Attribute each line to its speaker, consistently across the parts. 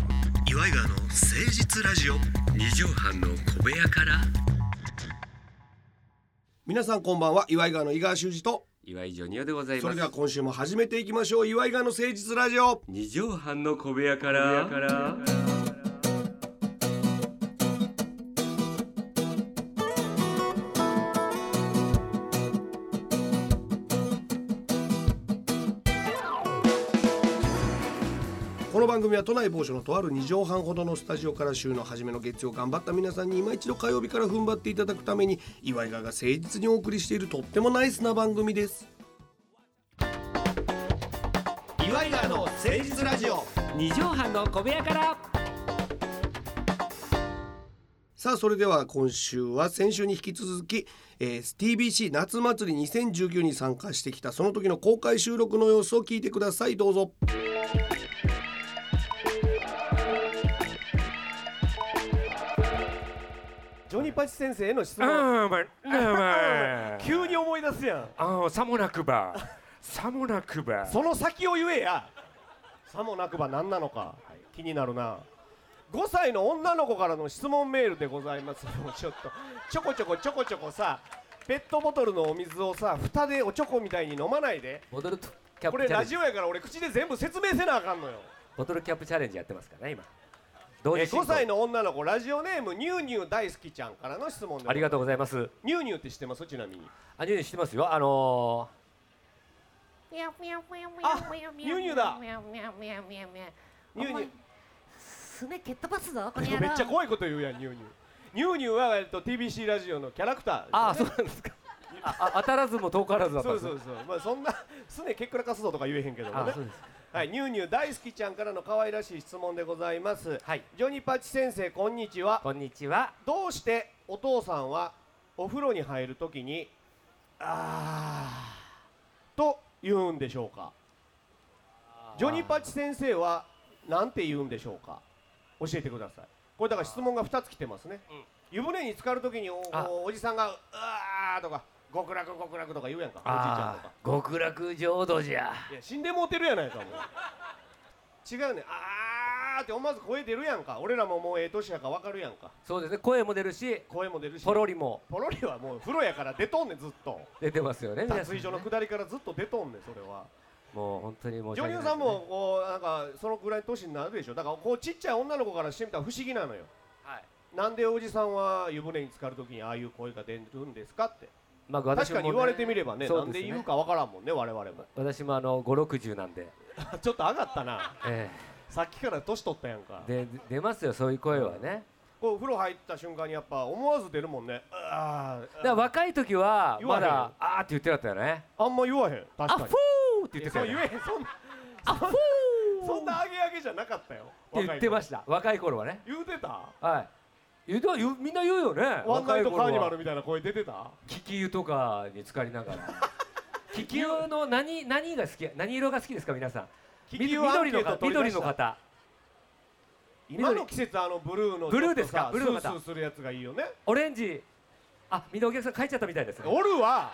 Speaker 1: イガーの誠実ラジオ
Speaker 2: 二畳半の小部屋から
Speaker 1: 皆さんこんばんは岩井川の井川修司と
Speaker 2: 岩井ジョニオでござい
Speaker 1: そ
Speaker 2: ま
Speaker 1: れ
Speaker 2: す
Speaker 1: では今週も始めていきましょう岩井川の誠実ラジオ
Speaker 2: 二畳半の小部屋から
Speaker 1: この番組は都内某所のとある2畳半ほどのスタジオから週の初めの月曜頑張った皆さんに今一度火曜日から踏ん張っていただくために岩井川が誠実にお送りしているとってもナイスな番組です岩井川の誠実ラジオ
Speaker 2: 二畳半の小部屋から
Speaker 1: さあそれでは今週は先週に引き続き、えー TBC 夏祭り2019に参加してきたその時の公開収録の様子を聞いてくださいどうぞ
Speaker 3: ジョニパチ先生への質問、
Speaker 4: あー まあ、
Speaker 3: 急に思い出すやん
Speaker 4: ああ、さもなくば、さもなくば。
Speaker 3: その先を言えやさもなくば何なのか気になるな5歳の女の子からの質問メールでございますもうちょっとちょこちょこちょこちょこさペットボトルのお水をさ蓋でおちょこみたいに飲まないで
Speaker 2: ボトルキャッ
Speaker 3: こ
Speaker 2: プ
Speaker 3: れ
Speaker 2: チャレ
Speaker 3: ラ
Speaker 2: ンジ
Speaker 3: ジオやから俺口で全部説明せなあかんのよ、
Speaker 2: ボトルキャップチャレンジやってますからね今同
Speaker 3: え
Speaker 2: 時進行
Speaker 3: 5歳の女の子ラジオネームニューニュー大好きちゃんからの質問で
Speaker 2: ありがと
Speaker 3: う
Speaker 2: うございます
Speaker 3: ニューニューって知ってますちなみに
Speaker 2: アニューしてますよあの
Speaker 5: あ、ニューニューだ。
Speaker 3: ニューニュー
Speaker 5: すね蹴っ飛ばすぞ、この
Speaker 3: い
Speaker 5: 野
Speaker 3: や
Speaker 5: 郎。
Speaker 3: めっちゃ怖いこと言うやんニューニューニューニューは、えっと、TBC ラジオのキャラクター、
Speaker 2: ー、ああそうなんですかああ当たらずも遠からずだったん
Speaker 3: そ
Speaker 2: で
Speaker 3: う
Speaker 2: す
Speaker 3: そ
Speaker 2: ね
Speaker 3: うそうまあそんな すねけっくらかすぞとか言えへんけども
Speaker 2: あ
Speaker 3: ね
Speaker 2: そうです
Speaker 3: はいニューニュー大好きちゃんからの可愛らしい質問でございます
Speaker 2: はい
Speaker 3: ジョニパチ先生こんにちは
Speaker 2: こんにちは
Speaker 3: どうしてお父さんはお風呂に入るときに
Speaker 2: あ
Speaker 3: と言うんでしょうかジョニパチ先生はなんて言うんでしょうか教えてくださいこれだから質問が2つ来てますね、湯船に浸かるときにお
Speaker 2: あ
Speaker 3: おじさんが「うわー」とか「極楽極楽」とか言うやんかおじいちゃんと
Speaker 2: あ
Speaker 3: か
Speaker 2: ー極楽浄土じゃ
Speaker 3: いや死んでもうてるやないかもう違うねあーって思わず声出るやんか俺らももうええ年やから分かるやんか
Speaker 2: そうですね声も出るし
Speaker 3: 声も出るし
Speaker 2: ポロリも
Speaker 3: ポロリはもう風呂やから出とんねんずっと
Speaker 2: 出てますよね皆
Speaker 3: 脱
Speaker 2: さん
Speaker 3: 衣所の下りからずっと出とんねんそれは
Speaker 2: もう本当に申し訳
Speaker 3: ジ
Speaker 2: な
Speaker 3: ョ
Speaker 2: い
Speaker 3: ニ
Speaker 2: です
Speaker 3: オ
Speaker 2: ね、
Speaker 3: さんもこうなんかそのぐらいの年になるでしょだからこうちっちゃい女の子からしてみたら不思議なのよ
Speaker 2: はい
Speaker 3: なんでおじさんは湯船に浸かるときにああいう声が出るんですかって
Speaker 2: まあ、
Speaker 3: 確
Speaker 2: 私も
Speaker 3: か
Speaker 2: ね
Speaker 3: に言われてみればね
Speaker 2: そ
Speaker 3: な
Speaker 2: うんです
Speaker 3: で
Speaker 2: ね
Speaker 3: 言うか分からんもんね我々も
Speaker 2: 私もあの560なん で、
Speaker 3: ちょっと上がったな
Speaker 2: え
Speaker 3: さっきから年取ったやんか
Speaker 2: えで出ますよそういう声はね
Speaker 3: こうお風呂入った瞬間にやっぱ思わず出るもんねあ
Speaker 2: だから若い時は
Speaker 3: 言わ
Speaker 2: ま
Speaker 3: へんよ
Speaker 2: だあーって言ってなかったよね
Speaker 3: ああんま言わへん
Speaker 2: あ
Speaker 3: 確
Speaker 2: ふ
Speaker 3: か
Speaker 2: ー
Speaker 3: に
Speaker 2: って言っ
Speaker 3: そ
Speaker 2: てた
Speaker 3: う
Speaker 2: よ、
Speaker 3: 言
Speaker 2: ね、
Speaker 3: えへんそんな
Speaker 2: あふー
Speaker 3: そんなあげあげじゃなかったよ
Speaker 2: って言ってましたた若い頃はね
Speaker 3: 言うてた
Speaker 2: はい言うとは言うみんな言うよね
Speaker 3: ワンナ
Speaker 2: 若
Speaker 3: イ
Speaker 2: い
Speaker 3: ト
Speaker 2: 頃
Speaker 3: カーニバ
Speaker 2: は
Speaker 3: ルみたいな声出てた
Speaker 2: 気球とかに浸かりなが ら気球の何何が好き何色が好きですか皆さん
Speaker 3: 気
Speaker 2: み
Speaker 3: 球アン
Speaker 2: 緑
Speaker 3: ケ
Speaker 2: の
Speaker 3: ート
Speaker 2: 方
Speaker 3: 取り出
Speaker 2: 緑
Speaker 3: した
Speaker 2: の方
Speaker 3: 今の季節あのブルーの
Speaker 2: ブルーですか
Speaker 3: ちょっとさ
Speaker 2: ブルーの方
Speaker 3: スースーするやつがいいよね
Speaker 2: オレンジあみんなお客さん帰っちゃったみたいですね
Speaker 3: おるわ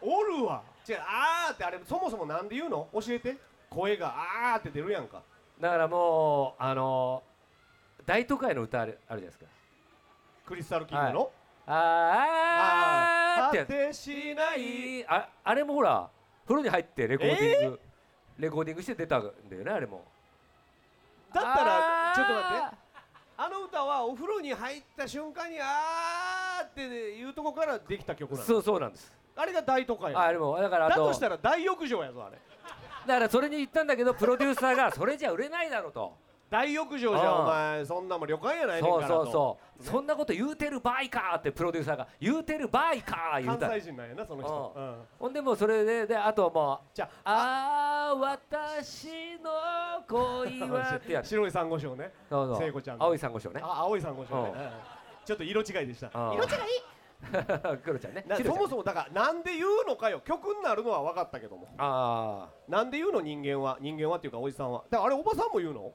Speaker 3: おるわ違うあーってあれそもそもなんで言うの教えて声があーって出るやんか
Speaker 2: だからもうあのー大都会の歌あるあるじゃないですか
Speaker 3: クリスタルキングの
Speaker 2: あーあーってや
Speaker 3: 果
Speaker 2: つ
Speaker 3: てしない
Speaker 2: ああれもほら風呂に入ってレコーディング、レコーディングして出たんだよねあれも
Speaker 3: だったら
Speaker 2: あー
Speaker 3: ちょっと待ってあの歌はお風呂に入った瞬間にあーっていうとこからできた曲なの
Speaker 2: そうそうなんです
Speaker 3: あれが大都会
Speaker 2: ああれ
Speaker 3: だ
Speaker 2: もだからあと
Speaker 3: としたら大浴場やぞあれ
Speaker 2: だからそれに言ったんだけどプロデューサーがそれじゃ売れないだろうと
Speaker 3: 大浴場じゃ
Speaker 2: うん
Speaker 3: お前そんなもん旅館やないねんか
Speaker 2: そう
Speaker 3: ら
Speaker 2: そ
Speaker 3: と
Speaker 2: うそう、そんなこと言うてる場合かってプロデューサーが言うてる場合か言うた
Speaker 3: 関西人なんやなその人
Speaker 2: う
Speaker 3: うん
Speaker 2: ほんでもうそれでであとはもう
Speaker 3: じゃあ
Speaker 2: ああ私の恋はって やつ
Speaker 3: 白い珊瑚礁ね
Speaker 2: そうそう
Speaker 3: 聖子ちゃんの
Speaker 2: 青い珊瑚礁ね
Speaker 3: あ青い珊瑚礁ね
Speaker 2: うん
Speaker 3: うんちょっと色違いでした
Speaker 2: うん
Speaker 3: 色違い
Speaker 2: 黒ちゃんね
Speaker 3: な
Speaker 2: 白ち
Speaker 3: そ
Speaker 2: ゃん
Speaker 3: もそもだからなんで言うのかよ曲になるのは分かったけども
Speaker 2: ああ
Speaker 3: なんで言うの人間は人間はっていうかおじさんはだからあれおばさんも言うの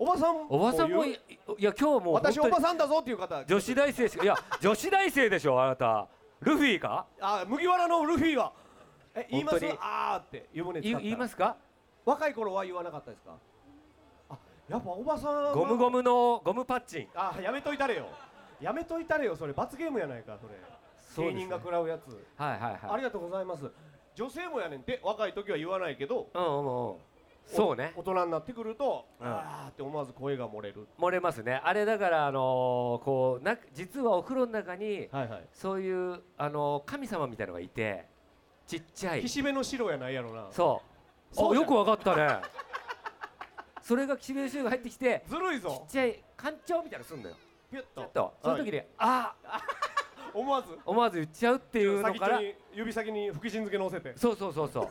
Speaker 3: おばさんも
Speaker 2: おばさんもい
Speaker 3: 言う
Speaker 2: いや今日もう
Speaker 3: 私お
Speaker 2: 本当
Speaker 3: ば
Speaker 2: に
Speaker 3: さんだぞっていう方
Speaker 2: 女子大生しかいや女子大生でしょあなたルフィか
Speaker 3: あ麦わらのルフィはえ言います
Speaker 2: 本当に
Speaker 3: あーって湯船
Speaker 2: い
Speaker 3: 使った
Speaker 2: 言いますか
Speaker 3: 若い頃は言わなかったですかあやっぱおばさんは
Speaker 2: ゴムゴムのゴムパッチン
Speaker 3: あやめといたれよやめといたれよそれ罰ゲームやないかそれ
Speaker 2: そう
Speaker 3: 芸
Speaker 2: ですね
Speaker 3: 人が食らうやつ、
Speaker 2: はいはいはい
Speaker 3: ありがとうございます女性もやねんって若い時は言わないけど
Speaker 2: うんうんうんそうね
Speaker 3: お大人になってくると、
Speaker 2: うん
Speaker 3: あーって思わず声が漏れる
Speaker 2: 漏れますねあれだからあのーこうな実はお風呂の中に
Speaker 3: はいはい
Speaker 2: そういうあのー神様みたいのがいてちっちゃい
Speaker 3: 岸辺の白やないやろな
Speaker 2: そう
Speaker 3: そう
Speaker 2: あ
Speaker 3: じゃん
Speaker 2: よくわかったねそれが岸辺修が入ってきて
Speaker 3: ずるい
Speaker 2: ちっ
Speaker 3: ぞ
Speaker 2: ちゃい艦長みたいなのすんのよ
Speaker 3: ピュッ
Speaker 2: ち
Speaker 3: と
Speaker 2: ょっとその時に、ああ
Speaker 3: 思わず
Speaker 2: 思わず言っちゃうっていうの
Speaker 3: 先っち
Speaker 2: か
Speaker 3: ょ
Speaker 2: ら
Speaker 3: に指先に福神漬け乗せて
Speaker 2: そうそうそうそう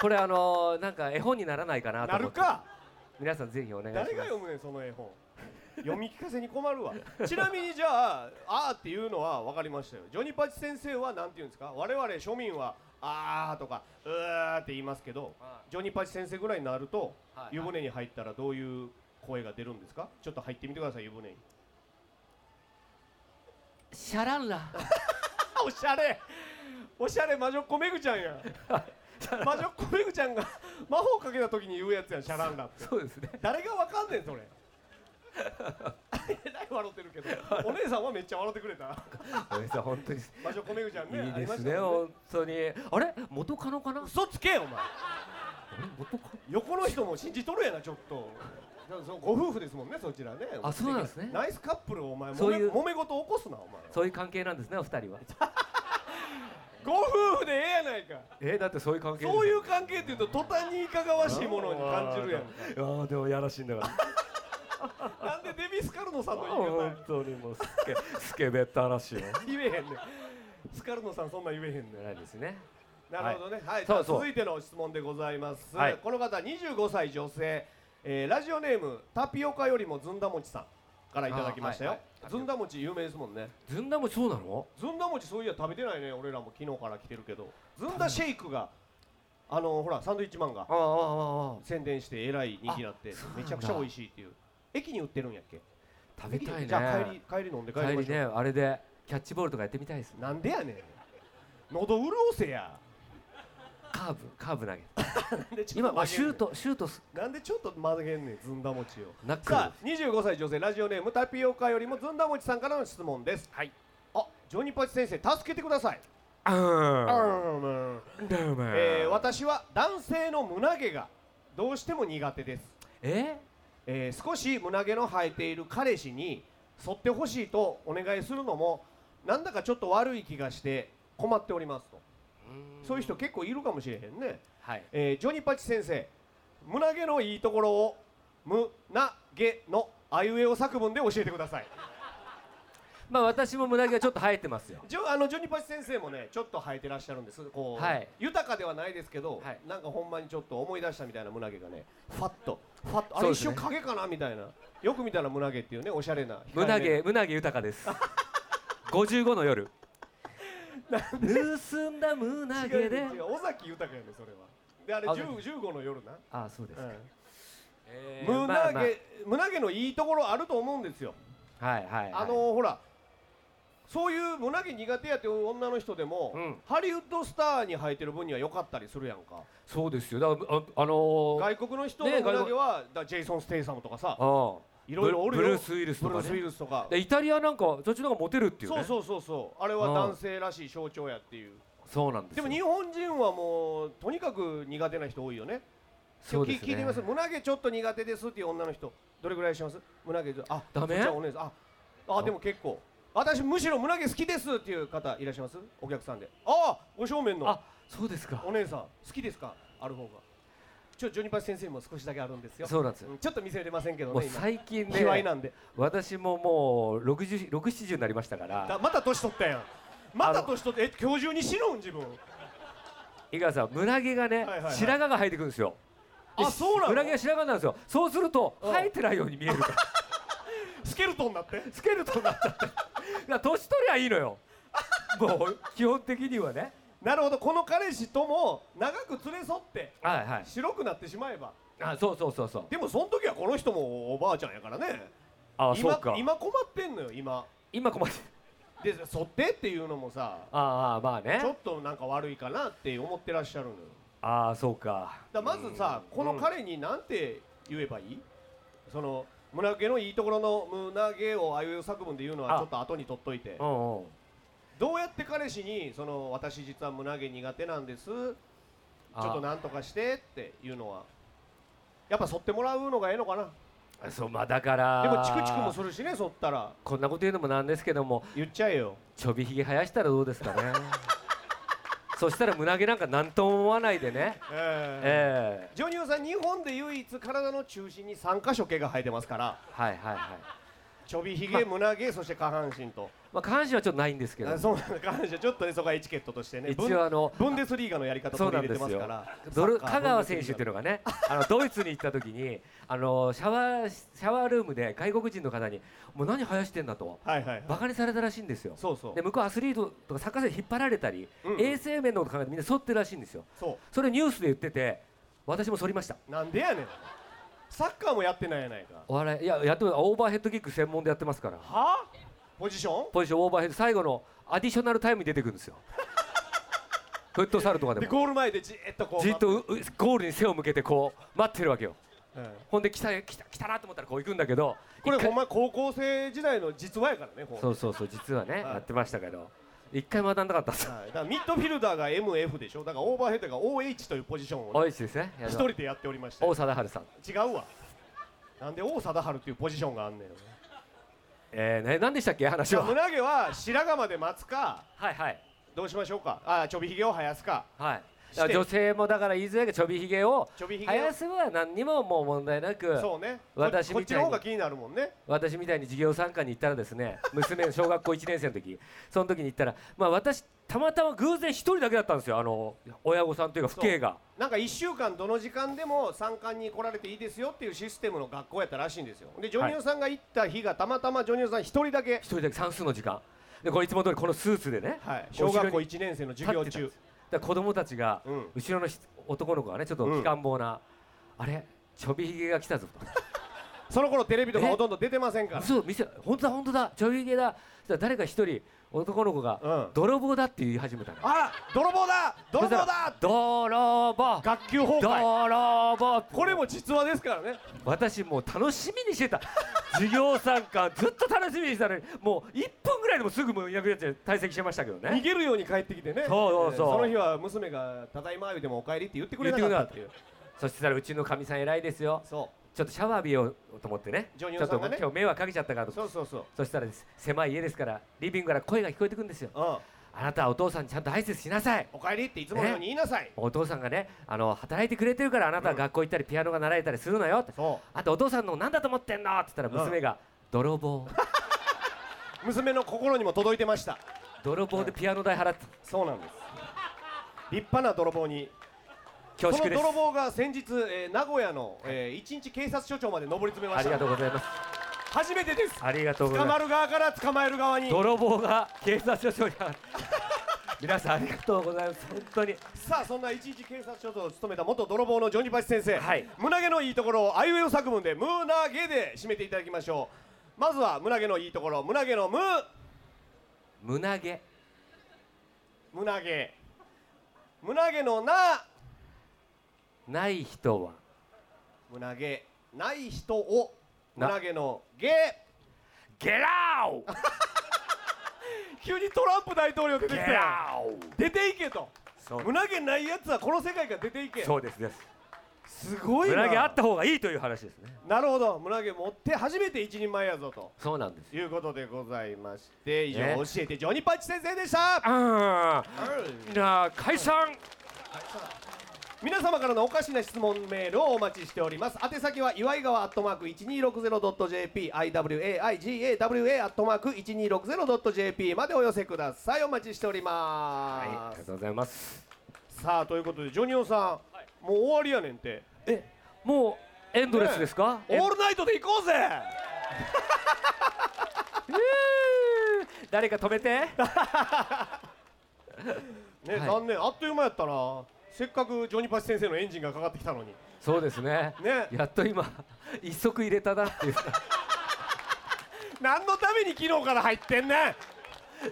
Speaker 2: これあのーなんか絵本にならないかなと
Speaker 3: な
Speaker 2: 思
Speaker 3: る
Speaker 2: って
Speaker 3: か
Speaker 2: 皆さんぜひお願いしま
Speaker 3: 誰
Speaker 2: す
Speaker 3: が読むねんその絵本読み聞かせに困るわ ちなみにじゃああーっていうのは分かりましたよジョニパチ先生は何て言うんですか我々庶民はあーとかうーって言いますけど
Speaker 2: は
Speaker 3: ジョニパチ先生ぐらいになると
Speaker 2: はい
Speaker 3: 湯船に入ったらどういう声が出るんですかちょっと入ってみてください湯船に
Speaker 2: シャラ ンラ
Speaker 3: あ おしゃれおしゃれ魔女っ子めぐちゃんや魔女っ子めぐちゃんが 魔法かけた時に言うやつやんシャランラって
Speaker 2: そうですね
Speaker 3: 誰がわかんねん それえらい笑ってるけどお姉さんはめっちゃ笑ってくれた
Speaker 2: おめさん本当に
Speaker 3: 魔女コメグちゃんね
Speaker 2: いい
Speaker 3: あり
Speaker 2: で
Speaker 3: ますした
Speaker 2: ね
Speaker 3: もん
Speaker 2: 本当にあれ元カノかな
Speaker 3: 嘘つけよお前
Speaker 2: 元カ
Speaker 3: 横の人も信じとるやなちょっとだからそのご夫婦ですもんねそちらね
Speaker 2: あそうなんですね
Speaker 3: ナイスカップルお前
Speaker 2: そういう
Speaker 3: 揉め揉め事起こすなお前
Speaker 2: そういう関係なんですねお二人 は
Speaker 3: ご夫婦でええやないか
Speaker 2: えだってそういう関係
Speaker 3: そういう関係っていうと途端にいかがわしいものに感じるやん
Speaker 2: ああでもやらしいんだから
Speaker 3: なんでデビスカルノさんの言い
Speaker 4: 本当にもうスケスケベったらしいよ
Speaker 3: 方言えへんねんスカルノさんそんなん言えへんねん
Speaker 2: ないですね
Speaker 3: なるほどね。はい。
Speaker 2: そうそう
Speaker 3: じゃあ続いての質問でございます。
Speaker 2: はい
Speaker 3: この方、25歳女性、えーラジオネームタピオカよりもずんだ餅さんからいただきましたよ。
Speaker 2: あはいはい
Speaker 3: ずんだ餅有名ですもんね。
Speaker 2: ずんだもそうなの
Speaker 3: ずんだ餅そういや食べてないね。俺らも昨日から来てるけど、ずんだシェイクがあのほらサンドイッチマンが
Speaker 2: あああああ
Speaker 3: 宣伝してえらい人気になって
Speaker 2: あそうなんだ
Speaker 3: めちゃくちゃ美味しいっていう。駅に売ってるんやっけ。
Speaker 2: あ食べたいね
Speaker 3: 駅にじゃあ帰り帰り飲んで帰りま
Speaker 2: 帰
Speaker 3: し
Speaker 2: り
Speaker 3: ょう。
Speaker 2: ねあれでキャッチボールとかやってみたいですね
Speaker 3: なんでやねん。喉潤せや。
Speaker 2: カーブカーブ投げ
Speaker 3: なんでちょっと曲げんね
Speaker 2: 今ま
Speaker 3: ん
Speaker 2: あシュー。トシュートす
Speaker 3: なんでちょっと曲げんねんずんだ餅を。
Speaker 2: ナックル
Speaker 3: さあ25歳女性ラジオネームタピオカよりもずんだもちさんからの質問です
Speaker 4: はい
Speaker 3: あジョニーパチ先生助けてください、
Speaker 4: あーダメ
Speaker 3: えー私は男性の胸毛がどうしても苦手です、
Speaker 2: え
Speaker 3: えー少し胸毛の生えている彼氏に剃ってほしいとお願いするのもなんだかちょっと悪い気がして困っておりますとそういう人結構いるかもしれへんね、
Speaker 2: はい
Speaker 3: えージョニパチ先生胸毛のいいところを胸毛のあいうえお作文で教えてください
Speaker 2: まあ私も胸毛がちょっと生えてますよ
Speaker 3: ジョあのジョニパチ先生もねちょっと生えてらっしゃるんですこう、
Speaker 2: はい
Speaker 3: 豊かではないですけど、
Speaker 2: はい
Speaker 3: なんかほんまにちょっと思い出したみたいな胸毛がねファッとファッとあ
Speaker 2: そ
Speaker 3: れ
Speaker 2: うで
Speaker 3: 一
Speaker 2: すね
Speaker 3: 瞬影かなみたいなよく見たら胸毛っていうねおしゃれな控えめな
Speaker 2: 胸毛胸毛豊かです 55の夜盗んだ胸毛
Speaker 3: 違
Speaker 2: で
Speaker 3: う違う尾崎豊やねそれはであれ
Speaker 2: あ
Speaker 3: 10 15の夜な、
Speaker 2: あそうです
Speaker 3: うん
Speaker 2: か、えー
Speaker 3: 胸毛、
Speaker 2: まあまあ
Speaker 3: 胸毛のいいところあると思うんですよ
Speaker 2: はいはいはい
Speaker 3: あのほらそういう胸毛苦手やっていう女の人でも、
Speaker 2: うん
Speaker 3: ハリウッドスターに生えてる分には良かったりするやんか
Speaker 2: そうですよだからああのー
Speaker 3: 外国の人の
Speaker 2: ねえ
Speaker 3: 胸毛は、だジェイソン・ステイサムとかさ
Speaker 2: ああ
Speaker 3: いろいろおるよ
Speaker 2: ブルース・ウィルスと
Speaker 3: ブルー
Speaker 2: か
Speaker 3: スウ
Speaker 2: ね
Speaker 3: ィルスとか
Speaker 2: でイタリアなんかそっちの方がモテるっていうね
Speaker 3: そうそうそうそうあれは男性らしい象徴やっていう
Speaker 2: そうなんです
Speaker 3: で
Speaker 2: よ
Speaker 3: も日本人はもうとにかく苦手な人多いよね
Speaker 2: そうです
Speaker 3: き
Speaker 2: ね
Speaker 3: 聞いてみます胸毛ちょっと苦手ですっていう女の人どれぐらいします胸毛あ
Speaker 2: ダメ
Speaker 3: そっちはお姉さんああでも結構私むしろ胸毛好きですっていう方いらっしゃいますお客さんでああお正面の
Speaker 2: あそうですか
Speaker 3: お姉さん好きですかある方がちょジョニパチ先生にも少しだけあるんですよ
Speaker 2: そうなんですよ
Speaker 3: うんちょっと見せれませんけど
Speaker 2: もう
Speaker 3: ね今
Speaker 2: 最近
Speaker 3: 卑猥
Speaker 2: ね
Speaker 3: なんで
Speaker 2: 私ももう6070になりましたから
Speaker 3: だまた年取ったやんまた年取ってえ今日中に死ぬん自分
Speaker 2: 井川さん胸毛がね、
Speaker 3: はいはいはい
Speaker 2: 白髪が生えてくるんですよ
Speaker 3: あ
Speaker 2: で
Speaker 3: そうなの
Speaker 2: 胸毛が白髪なんですよそうすると
Speaker 3: うん
Speaker 2: 生えてないように見える から
Speaker 3: スケルトンだって
Speaker 2: スケルトンになっちゃってだから年取 りゃいいのよもう基本的にはね
Speaker 3: なるほどこの彼氏とも長く連れ添って
Speaker 2: はいはい
Speaker 3: 白くなってしまえば
Speaker 2: あそうそうそうそう
Speaker 3: でもその時はこの人もおばあちゃんやからね
Speaker 2: あ
Speaker 3: 今
Speaker 2: そうか今
Speaker 3: 今困ってんのよ今
Speaker 2: 困って
Speaker 3: で剃ってっていうのもさ
Speaker 2: ああまあ
Speaker 3: ちょ
Speaker 2: ね
Speaker 3: っとなんか悪いかなって思ってらっしゃるのよ
Speaker 2: ああそうか
Speaker 3: だからまずさこの彼になんて言えばいいその胸毛のいいところの胸毛をあいう作文で言うのは
Speaker 2: あ
Speaker 3: ちょっと後に取っといて
Speaker 2: うんうん
Speaker 3: どうやって彼氏にその私実は胸毛苦手なんですちょ
Speaker 2: あ
Speaker 3: っとなんとかしてっていうのはやっぱ剃ってもらうのがええのかな
Speaker 2: そうまあだから
Speaker 3: でもチクチクもするしね剃ったら
Speaker 2: こんなこと言うのもなんですけども
Speaker 3: 言っちゃえよ
Speaker 2: ちょびひげ生やしたらどうですか ねそしたら胸毛なんか何とも思わないでね
Speaker 3: え
Speaker 2: え
Speaker 3: えジョニオさん日本で唯一体の中心に3箇所毛が生えてますから
Speaker 2: えはいはいはい
Speaker 3: ちょびひげ胸毛そして下半身と
Speaker 2: まあ下半身はちょっとないんですけど
Speaker 3: あそうなんだ下半身はちょっとねそこはエチケットとしてねブン
Speaker 2: 一応あの
Speaker 3: ブンデスリーガのやり方
Speaker 2: そう
Speaker 3: 取り
Speaker 2: な
Speaker 3: 入れて
Speaker 2: んです
Speaker 3: ます
Speaker 2: よ
Speaker 3: から
Speaker 2: ドル
Speaker 3: サッカー
Speaker 2: 香川選手っていう
Speaker 3: ブンデスリー
Speaker 2: のがねあのドイツに行った時にあのシャワーシャワールームで外国人の方に「もう何生やしてんだ」と
Speaker 3: ガはいはいはい
Speaker 2: バカにされたらしいんですよ
Speaker 3: そうそう
Speaker 2: で向こうアスリートとかサッカー選手引っ張られたり、
Speaker 3: うんうん
Speaker 2: 衛生面のこと考えてみんな剃ってるらしいんですよ
Speaker 3: そ
Speaker 2: それニュースで言ってて私も剃りました
Speaker 3: うなんでやねんサッカーもやってないやないか
Speaker 2: お笑いいややってますオーバーヘッドキック専門でやってますから
Speaker 3: はあポジショ
Speaker 2: ポジションオーバーヘッド最後のアディショナルタイムに出てくる んですよフットサルとか
Speaker 3: ン
Speaker 2: で
Speaker 3: で
Speaker 2: も
Speaker 3: ゴール前でじーっとこう
Speaker 2: じっとううゴールに背を向けてこう待ってるわけよ
Speaker 3: うん
Speaker 2: ほんで来た来た来たなと思ったらこう行くんだけど
Speaker 3: これ
Speaker 2: 一回
Speaker 3: ほんま高校生時代の実話やからねこう
Speaker 2: そうそうそう実はね、
Speaker 3: い
Speaker 2: やってましたけど一回も当たんなかったんですよ
Speaker 3: はいだからミッドフィルダーが MF でしょだからオーバーヘッドが OH というポジションをね
Speaker 2: おいしいですねやる
Speaker 3: 一
Speaker 2: の
Speaker 3: 人でやっておりました
Speaker 2: 王貞治さん
Speaker 3: 違うわなんで王貞治っていうポジションがあんねん
Speaker 2: えー、ね何でしたっけ話
Speaker 3: じゃあ
Speaker 2: は
Speaker 3: 胸毛は白髪まで待つか
Speaker 2: はいはい
Speaker 3: どうしましょうかあちょびひげを生やすか
Speaker 2: はい
Speaker 3: して
Speaker 2: 女性もだから言いづらいけどちょびひげを
Speaker 3: ちょびひ
Speaker 2: 生
Speaker 3: げを
Speaker 2: やすは何にももう問題なく
Speaker 3: そうねこ
Speaker 2: 私
Speaker 3: こっ
Speaker 2: み
Speaker 3: ち
Speaker 2: たいに
Speaker 3: の方が気になるもんね
Speaker 2: 私みたいに授業参観に行ったらですね娘小学校1年生の時その時に行ったらまあ私たまたま偶然一人だけだったんですよあの親御さんというか父兄が
Speaker 3: なんか1週間どの時間でも参観に来られていいですよっていうシステムの学校やったらしいんですよでジョニオさんが行った日がたまたまジョニオさん一人だけ
Speaker 2: 一、人だけ算数の時間でこれいつも通りこのスーツでね、
Speaker 3: はい、
Speaker 2: お
Speaker 3: 小
Speaker 2: 後ろに
Speaker 3: 学校1年生の授業
Speaker 2: 立ってたん
Speaker 3: 中
Speaker 2: でだから子供たちが、
Speaker 3: うん
Speaker 2: 後ろのひ男の子がねちょっと
Speaker 3: うん
Speaker 2: 機関棒な、あれちょびひげが来たぞと
Speaker 3: その頃テレビとかほとんど出てませんから
Speaker 2: そう見せ本当だ本当だちょびひげだそしたら誰か一人男の子が、
Speaker 3: うん
Speaker 2: 泥棒だって言い始めたの
Speaker 3: あら泥棒だ泥棒
Speaker 2: そした
Speaker 3: だ
Speaker 2: ら泥棒
Speaker 3: 学級崩壊
Speaker 2: 泥棒
Speaker 3: これも実話ですからね
Speaker 2: 私もう楽しみにしてた 授業参観ずっと楽しみにしてたのにもう1分ぐらいでもすぐもういなくなっちゃう退席してましたけど
Speaker 3: 逃
Speaker 2: ね
Speaker 3: げるように帰ってきてね
Speaker 2: そうそうそう
Speaker 3: えーの日は娘が「ただいま」言うても「お帰り」って言ってくれなかったっていう
Speaker 2: そしたらうちのかみさん偉いですよ
Speaker 3: そ
Speaker 2: ちょっとシャワー浴びようと思ってね
Speaker 3: ジョニ
Speaker 2: ちょ
Speaker 3: オ
Speaker 2: っ
Speaker 3: さ
Speaker 2: と
Speaker 3: んがね
Speaker 2: 今日迷惑かけちゃったか
Speaker 3: う
Speaker 2: らと
Speaker 3: そうそうそう
Speaker 2: そしたらです狭い家ですからリビングから声が聞こえてくるんですよ
Speaker 3: うん
Speaker 2: あなたはお父さんにちゃんと挨拶しなさい
Speaker 3: お帰りっていつものように言いなさい
Speaker 2: お父さんがねあの働いてくれてるからあなたは学校行ったりピアノが習えたりするのよって
Speaker 3: そ
Speaker 2: あとお父さんの何だと思ってんのって言ったら娘が泥棒
Speaker 3: う娘の心にも届いてました
Speaker 2: 泥棒でピアノ代払って
Speaker 3: そうなんです立派な泥棒にそ
Speaker 2: 恐縮
Speaker 3: の
Speaker 2: です
Speaker 3: 泥棒が先日、えー名古屋の、えー一日警察署長まで上り詰めま
Speaker 2: あ
Speaker 3: し
Speaker 2: りが
Speaker 3: た
Speaker 2: とうございます
Speaker 3: 初めてです
Speaker 2: ありがとうござ
Speaker 3: 捕
Speaker 2: いま
Speaker 3: まする側から捕まえる側に
Speaker 2: 泥棒が警察署長に上がる 皆さんありがとうございます本当に
Speaker 3: さあそんな一日警察署長を務めた元泥棒のジョニバチ先生、
Speaker 2: はい
Speaker 3: 胸毛のいいところをあいうえお作文で「胸毛」で締めていただきましょうまずは胸毛のいいところ胸毛の「む」
Speaker 2: 胸毛
Speaker 3: 胸毛胸毛の「な
Speaker 2: ない人は」
Speaker 3: 胸毛ない人を
Speaker 2: な
Speaker 3: 胸毛の「毛
Speaker 2: ゲラオ」
Speaker 3: 急にトランプ大統領出て
Speaker 2: ゲ
Speaker 3: きたよ
Speaker 2: ラオ
Speaker 3: 出ていけと
Speaker 2: そう
Speaker 3: 胸毛ないやつはこの世界から出ていけ
Speaker 2: そうですです
Speaker 3: すごいな
Speaker 2: 胸毛あった方がいいという話ですね
Speaker 3: なるほど胸毛持って初めて一人前やぞと
Speaker 2: そうなんです
Speaker 3: いうことでございまして以上
Speaker 2: ね
Speaker 3: 教えてジョニパッチ先生でした
Speaker 2: ああなあ解散
Speaker 3: 皆様からのおかしな質問メールをお待ちしております宛先は岩井川アットマーク 1260.jp iwaigawa アットマーク 1260.jp までお寄せくださいお待ちしており
Speaker 2: はい
Speaker 3: ま
Speaker 2: あり
Speaker 3: す、
Speaker 2: がとうございます
Speaker 3: さあということでジョニオさん、もう終わりやねんて
Speaker 2: えもうエンドレスですか、
Speaker 3: オ
Speaker 2: え
Speaker 3: ールナイトで行こうぜ
Speaker 2: 誰か止めて
Speaker 3: ね、
Speaker 2: はい
Speaker 3: 残念あっという間やったなせっかくジョニパチ先生のエンジンがかかってきたのに
Speaker 2: そうですね
Speaker 3: ね
Speaker 2: やっと今一足 入れたなっていう
Speaker 3: 何のために昨日から入ってんねん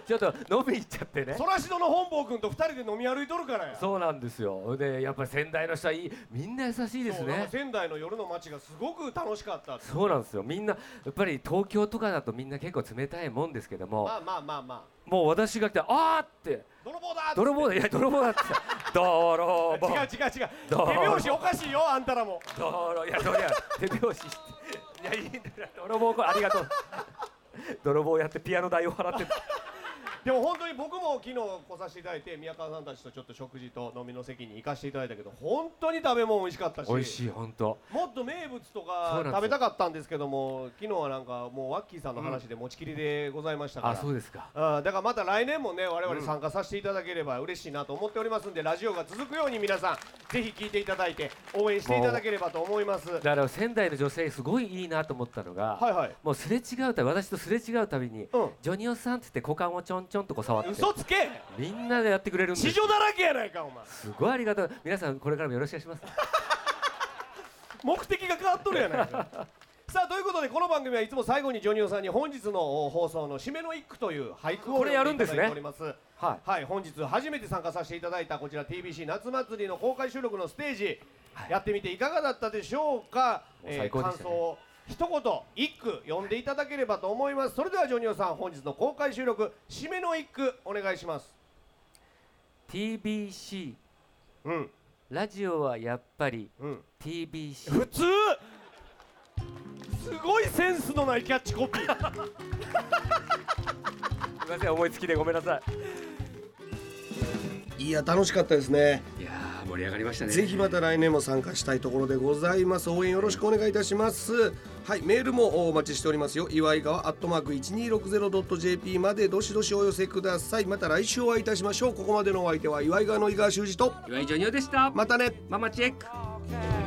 Speaker 2: ちょっと飲み行っちゃってね
Speaker 3: そらしどの本坊君と二人で飲み歩いとるからや
Speaker 2: そうなんですよでやっぱり仙台の人はいいみんな優しいです
Speaker 3: そうなん
Speaker 2: ね
Speaker 3: か仙台の夜の街がすごく楽しかったって
Speaker 2: そうなんですよみんなやっぱり東京とかだとみんな結構冷たいもんですけども
Speaker 3: まあまあまあまあ
Speaker 2: もう私が来て「あー!」って
Speaker 3: 泥棒だーっつって
Speaker 2: 泥棒だいや泥棒だって 泥棒
Speaker 3: 違う違う違う手
Speaker 2: どう
Speaker 3: 拍子おかしいよあんたらも
Speaker 2: 泥いやそりゃ手拍子していやいいんだよ泥棒こありがと う泥棒やってピアノ代を払って
Speaker 3: でも本当に僕も昨日来させていただいて宮川さんたちとちょっと食事と飲みの席に行かせていただいたけど本当に食べ物美味しかったし
Speaker 2: 美味しい本当
Speaker 3: もっと名物と
Speaker 2: そ
Speaker 3: か
Speaker 2: うなんですよ
Speaker 3: 食べたかったんですけども昨日はなんかもうワッキーさんの話で持ちきりでございましたから、
Speaker 2: あそうですか
Speaker 3: あーだからまた来年もね我々参加させていただければ嬉しいなと思っておりますんで、ラジオが続くように皆さんぜひ聞いていただいて応援していただければと思いますは
Speaker 2: だから仙台の女性すごいいいなと思ったのが、
Speaker 3: いはい
Speaker 2: もうすれ違うたび私とすれ違うたびに、
Speaker 3: うん
Speaker 2: ジョニオさんって言って股間をちょんちょんとこう触って
Speaker 3: 嘘つけ
Speaker 2: みんなでやってくれるんです
Speaker 3: 地上だらけやないかお前
Speaker 2: すごいありがたい皆さんこれからもよろしくお願いします
Speaker 3: 目的が変わっとるやない かさあということでこの番組はいつも最後にジョニオさんに本日のお放送の締めの一句という俳句を
Speaker 2: これやるんですね
Speaker 3: 読でいただいております
Speaker 2: は
Speaker 3: はい、本日初めて参加させていただいたこちら TBC 夏祭りの公開収録のステージ、やってみていかがだったでしょうか、
Speaker 2: もう最高で
Speaker 3: 感
Speaker 2: した
Speaker 3: 想
Speaker 2: ね
Speaker 3: を一言一句読んでいただければと思いますそれではジョニオさん本日の公開収録締めの一句お願いします
Speaker 2: い TBC
Speaker 3: うん
Speaker 2: ラジオはやっぱり
Speaker 3: うん
Speaker 2: TBC
Speaker 3: 普通すごいセンスのないキャッチコピー
Speaker 2: すいません思いつきでごめんなさい
Speaker 1: いや楽しかったですね
Speaker 2: いやー盛り上がりましたね
Speaker 1: ぜひまた来年も参加したいところでございます応援よろしくお願いいたしますはいメールもお待ちしておりますよ岩井川アットマーク 1260.jp までどしどしお寄せくださいまた来週お会いいたしましょうここまでのお相手は岩井川の井川修司と
Speaker 2: 岩井ジョニオでした
Speaker 1: またね
Speaker 2: ママチェック
Speaker 5: Okay.